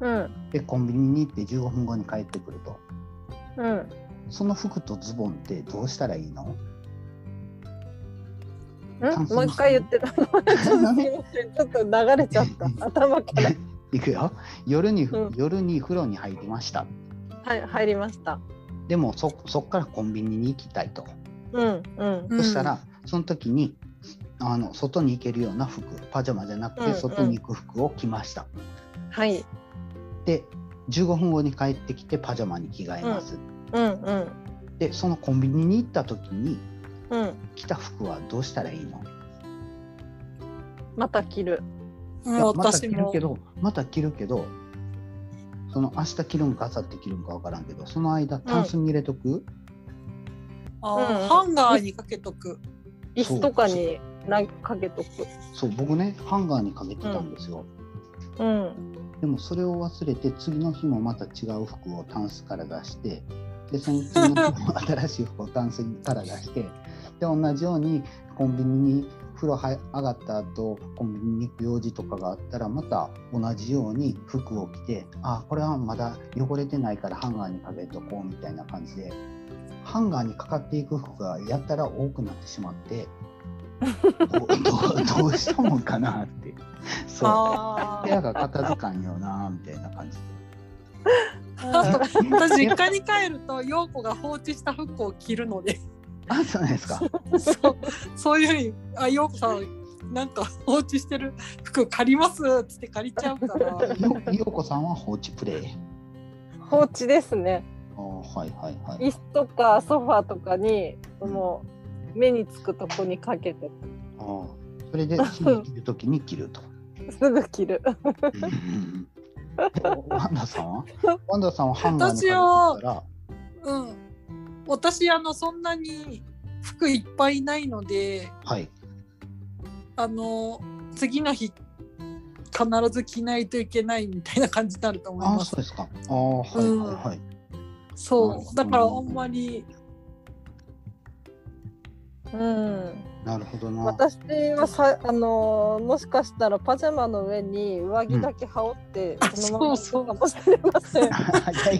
S2: うん
S1: でコンビニに行って15分後に帰ってくると
S2: うん
S1: その服とズボンってどうしたらいいの
S2: んもう一回言ってたちょっとすいませんちょっと流れちゃった頭から
S1: いくよ夜に、
S2: うん
S1: 夜に風呂に入りました
S2: はい入りました
S1: でもそそっからコンビニに行きたいと、
S2: うんうん
S3: うん
S1: そしたらその時にあの外に行けるような服パジャマじゃなく
S2: うんう
S1: て
S2: ん
S1: 外に行く服を着ました、
S2: はい
S1: で15分後に帰ってきてパジャマに着替えます、
S2: うんうん
S1: でそのコンビニに行った時に
S2: うん
S1: 着た服はどうしたらいいの
S2: また切る
S3: うん
S1: いやまた
S3: 私
S1: 着る
S3: も
S1: け。どまた着るけどその明日着るんか明後日着るんか分からんけどその間タンスに入れとく、
S3: あ
S2: うん
S3: ーハンガーにかけとく。
S2: 椅子とかになんかかけとく
S1: そう僕ねハンガーにかけてたんですよ、
S2: うん
S1: でもそれを忘れて次の日もまた違う服をタンスから出してでその次の日も 新しい服をタンスから出してで同じようにコンビニに風呂入上がった後コンビニに行く用事とかがあったらまた同じように服を着てあこれはまだ汚れてないからハンガーにかけとこうみたいな感じでハンガーにかかっていく服がやたら多くなってしまってどうどうどうしたもんかなってそう。
S3: あ
S1: 部
S3: ー
S1: 屋が片付かんよなみたいな感じで。
S3: あと私実家に帰ると陽子が放置した服を着るので、
S1: あそうなんですか。
S3: そう そういうふうにあ陽子さんなんか放置してる服借りますっつって借りちゃう から。
S1: よようこさんは放置プレイ。
S2: 放置ですね
S1: あーはいはいはい。
S2: 椅子とかソファーとかにその目につくとこにかけて
S1: あーそれですぐ着るときに着ると。
S2: すぐ着る。
S1: うんうんうんワンダさんはワンダさんはハンガーに
S3: 私
S1: かけ
S3: は
S1: てたら、
S3: うん、私あのそんなに服いっぱいないので
S1: はい。
S3: あの次の日必ず着ないといけないみたいな感じになると思い
S1: あ
S3: ま
S1: あ、
S3: す
S1: そう。ですか。ああ、はいはいはい。なる
S3: そ
S1: ほ
S3: う
S1: ど
S3: だからあんまり
S2: うん。
S1: なるほどな。
S2: 私はさあのーもしかしたらパジャマの上に上着だけ羽織って、
S3: うんあそうそう
S2: うかもしれません。
S1: い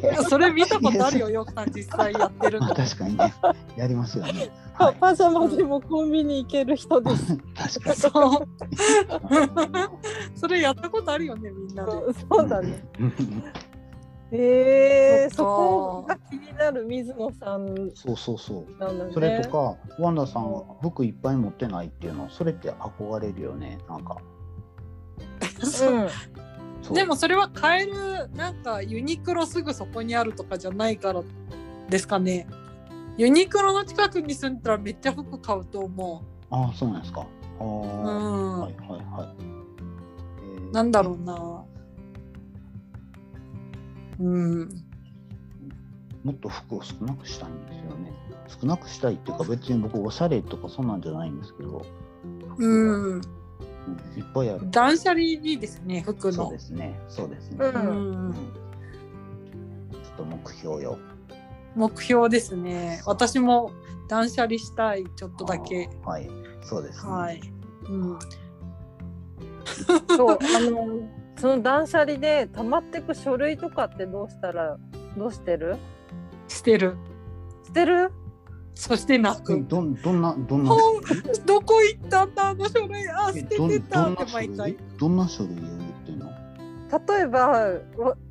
S1: やいや
S3: それ見たことあるよよくさん実際やってる
S1: まあ
S3: の。
S1: 確かにね、やりますよね。はい、
S2: パジャマでもコンビニ行ける人です。
S1: 確 かに。
S3: そう それやったことあるよねみんなで。
S2: そうだね。
S1: うん
S2: ええー、そ
S3: そ
S2: こ
S3: っか
S2: が気になる水野さんなん
S1: そうそうそう。
S2: だね。
S1: それとか、ワンダさん
S2: う
S1: は服いっぱい持ってないっていうの、それって憧れるよね。なんか。
S3: そう
S2: うん。
S1: そう
S3: でもそれは買えるなんかユニクロすぐそこにあるとかじゃないからですかねユニクロの近くに住んだらめっちゃ服買うと思
S1: ああ、そうなんですか。ああ、
S3: う、
S1: は
S3: う
S1: い
S3: ん
S1: はいはい。えー
S3: なんだろうなうん
S1: もっと服を少なくしたいんですよね。少なくしたいっていうか別に僕おしゃれとかそんなんじゃないんですけど、ん、
S3: う
S1: い
S3: ん
S1: っぱいある。
S3: 断捨離いいですね服
S1: そう
S3: の
S1: ですね。そうですね。
S2: うん
S1: うん
S3: うん
S1: ちょっと目標よ。
S3: 目標ですね私も断捨離したいちょっとだけ
S1: あーはい。そうです、ね。
S3: はい、うん、
S2: そう、あの、その断捨離で溜まってく書類とかってどうしたら、どうしてる。
S3: 捨てる
S2: 捨てる。
S3: そして泣
S1: え
S3: く
S1: どんどんなどんな
S3: 本どこ行ったんだあの書類あ
S1: え
S3: 捨て
S1: どん
S3: て
S1: ど
S3: た
S1: んな
S3: って
S1: 書
S3: 毎回
S1: 類どんな書類を言ってんの？
S2: 例えば、わ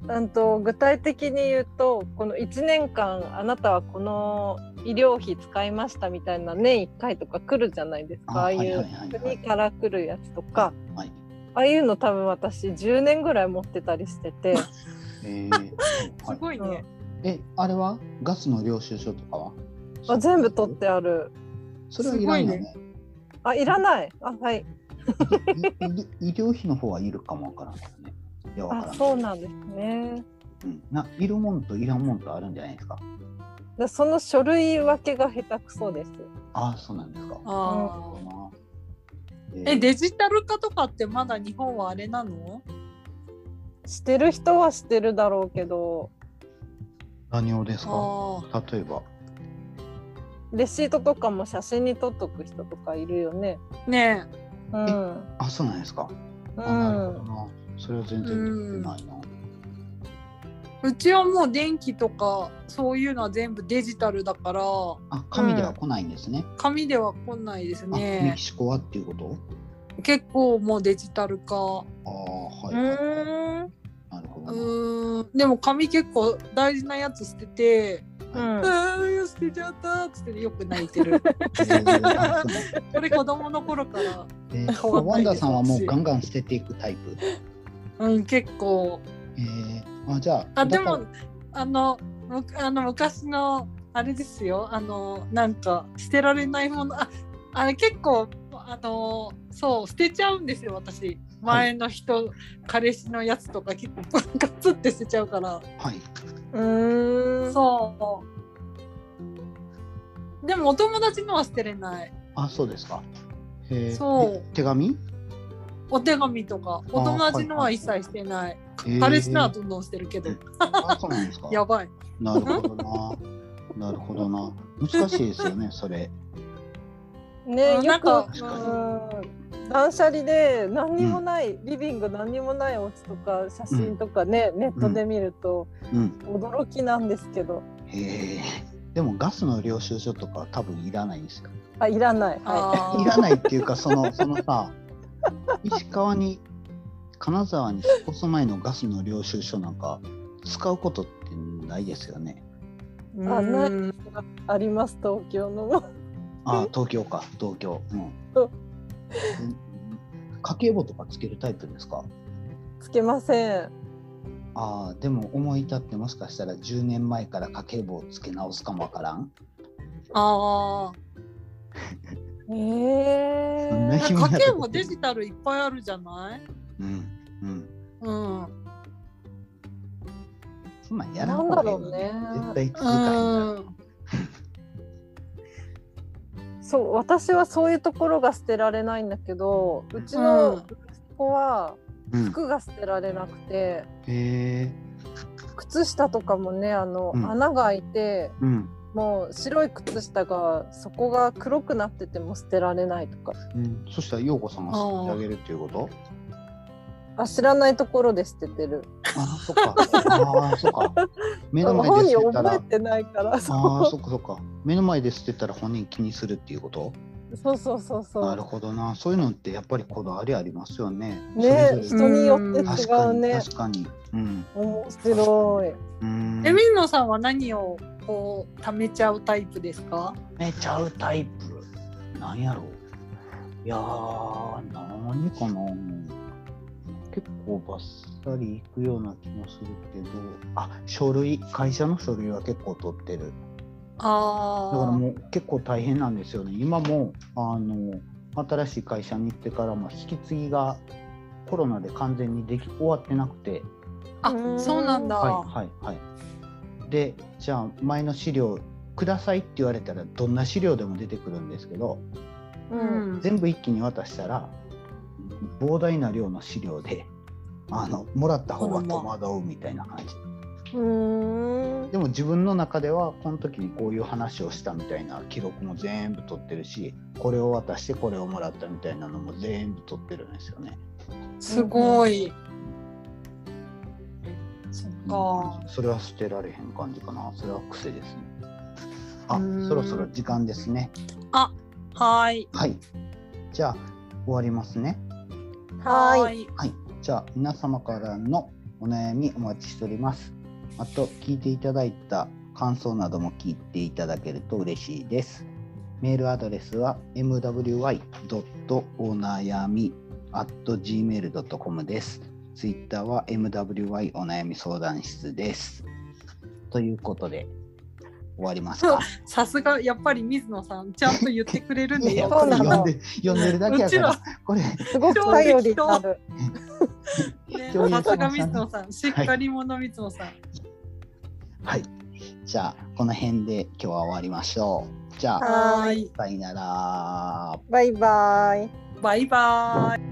S2: うんと、具体的に言うと、この一年間、あなたはこの。医療費使いましたみたいな、年一回とか来るじゃないですか。ああい。
S1: はいはいうはいは
S2: 国
S1: い。
S2: から来るやつとか、
S1: はい。
S2: ああいうの多分私10年ぐらい持ってたりして て、
S1: えー
S3: す
S1: はい
S3: ごいね、
S1: えあれはガスの領収書とかは？
S2: あ全部取ってある。
S1: それはいらんよね。
S2: あ、いらない。あ、はい。
S1: いい医療費の方はいるかもわからんけどね。いやわから
S2: あ
S1: ん、けど。
S2: そうなんですね。
S1: うんないるもんといらんもんとあるんじゃないですか。
S2: でその書類分けが下手くそです。
S1: ああそうなんですか。
S3: あー
S1: な
S3: えデジタル化とかってまだ日本はあれなの
S2: してる人はしてるだろうけど
S1: 何をですか？
S3: あ
S1: 例えば。
S2: レシートとかも写真に撮っとく人とかいるよね。
S3: ーねえ
S2: うん、うん、
S1: あそうなんですか。あなるほどな。それは全然見てないな。
S3: うちはもう電気とかそういうのは全部デジタルだから
S1: あ紙では来ないんですね。
S3: 紙では来ないです
S1: あメ
S3: ね
S1: キシコはっていうこと？
S3: 結構もうデジタル化
S1: ああ
S2: う
S1: はいはい。
S2: ーん、
S1: なるほ
S3: う
S1: どな。
S3: ーんでも紙結構大事なやつ捨てて「
S2: うん、
S3: ああ捨てちゃった」っつってよく泣いてる
S1: えーあそうなんだ
S3: これ子供の頃から
S1: えー
S3: わかんな
S1: ワ
S3: い
S1: ン
S3: けど
S1: ダーさんはもうガンガン捨てていくタイプ。
S3: うん結構
S1: えー、あじゃあ
S3: あで
S1: だか
S3: もあのむあの昔のあれですよあのなんか捨てられないものああれ結構あのそう捨てちゃうんですよ私前の人、彼氏のやつとか結構ガツって捨てちゃうから
S1: らはい。
S2: うーん、
S3: そうでもお友達のは捨てれない
S1: あそうですか。えー、
S3: そう
S1: え手紙？
S3: お手紙とかお友達のは一切捨てない、
S1: えー
S3: 彼氏のはどんどん捨てるけど、
S1: あそうなんですか。
S3: やばい
S1: なるほどな。なるほどな。難しいですよねそれ。
S2: ね
S3: あな
S2: よ
S3: ん
S2: く
S3: か
S2: うん断捨離で何にもない、リビング何にもないお家とか写真とかね、ネットで見ると
S1: うん。
S2: 驚きなんですけど、
S1: えー、でもガスの領収書とかは多分いらないんですよ。
S2: あいらない、はい
S3: あー
S1: いらないっていうかそのそのさ石川に金沢に引っ越す前のガスの領収書なんか使うことってないですよね。
S2: あな
S3: うん
S2: あります東京のも。
S1: ああ東京か東京。うん
S2: そう。
S1: 家計簿とかつけるタイプですか
S2: つけません。
S1: ああでも思い立ってもしかしたら10年前から家計簿をつけ直すかもわからん。
S3: ああ
S2: ええ
S1: そんな
S3: 家計もデジタルいっぱいあるじゃない
S1: うんうん
S3: うん。
S1: そんなんやらん方がいいよね
S2: なんだろうね
S1: 絶対気
S3: う
S1: 遣いが
S3: ん。
S2: そう私はそういうところが捨てられないんだけどうち
S3: うん
S2: の子は
S1: うん
S2: 服が捨てられなくて、
S1: へえ
S2: 靴下とかもねあの、
S1: うん
S2: 穴が開いて
S1: うん
S2: もう白い靴下がそこが黒くなってても捨てられないとか
S1: うんそしたら陽子さんが救ってあげるっていうこと
S2: あ知らないところで捨ててる
S1: ああそっかああそっか 目の前
S2: 本
S1: で
S2: 人
S1: 捨てた
S2: 覚え
S1: ら
S2: てないから
S1: ああ
S2: そ
S1: そっかそっか目の前で捨てたら本人気にするっていうこと
S2: うそうそうそうそ
S1: なる
S2: う
S1: ほどなそういうのってやっぱりこだわりありますよね
S2: ね
S1: それぞ
S2: 人によって
S1: れ確
S2: 違
S1: か
S2: う
S1: に
S2: ね
S1: 確かにうん
S2: 面白い
S1: うん
S3: え、水野さんは何をこう貯めちゃうタイプですか？
S1: めちゃうタイプなんやろいやー何かな結構バッサリいくような気もするけどあ書類会社の書類は結構取ってるだから
S3: あ
S1: もう結構大変なんですよね今もあの新しい会社に行ってからも引き継ぎがコロナで完全にでき終わってなくて
S3: あ。あ、そうなんだ。
S1: はいはいはい。でじゃあ前の資料くださいって言われたらどんな資料でも出てくるんですけど
S2: う、
S3: うんん。
S1: 全部一気に渡したら膨大な量の資料であのもらった方が戸惑うみたいな感じ
S2: うん
S1: でも自分の中ではこの時にこういう話をしたみたいな記録も全部取ってるしこれを渡してこれをもらったみたいなのも全部取ってるんですよね。
S3: すごい。そっか。
S1: それは捨てられへん感じかなそれは癖ですね。あ
S3: うん
S1: そろそろ時間ですね。
S3: はい。
S1: はい。じゃあ終わりますね。
S2: はい
S3: い。
S1: はい。じゃあ皆様からのお悩みお待ちしております。あと聞いていただいた感想なども聞いていただけると嬉しいです。メールアドレスは mwy.onayami.gmail.com です。ツイッターは mwy お悩み相談室です。ということで終わりますか。
S3: さすがやっぱり水野さんちゃんと言ってくれるんで
S1: いや
S3: よ
S2: そ
S1: こ
S2: う
S1: れ
S2: なの
S1: 読んで読んでるだけやか
S3: うち
S1: らこれ
S2: すごく頼りになる
S3: ね
S1: 共有
S3: さ
S1: しましたね
S3: すが水野さんしっかり者水野さん。
S1: はい。じゃあ、この辺で今日は終わりましょう。じゃあ、
S2: はい
S3: い。
S1: さよなら。
S2: バイバイ
S3: バイバイ。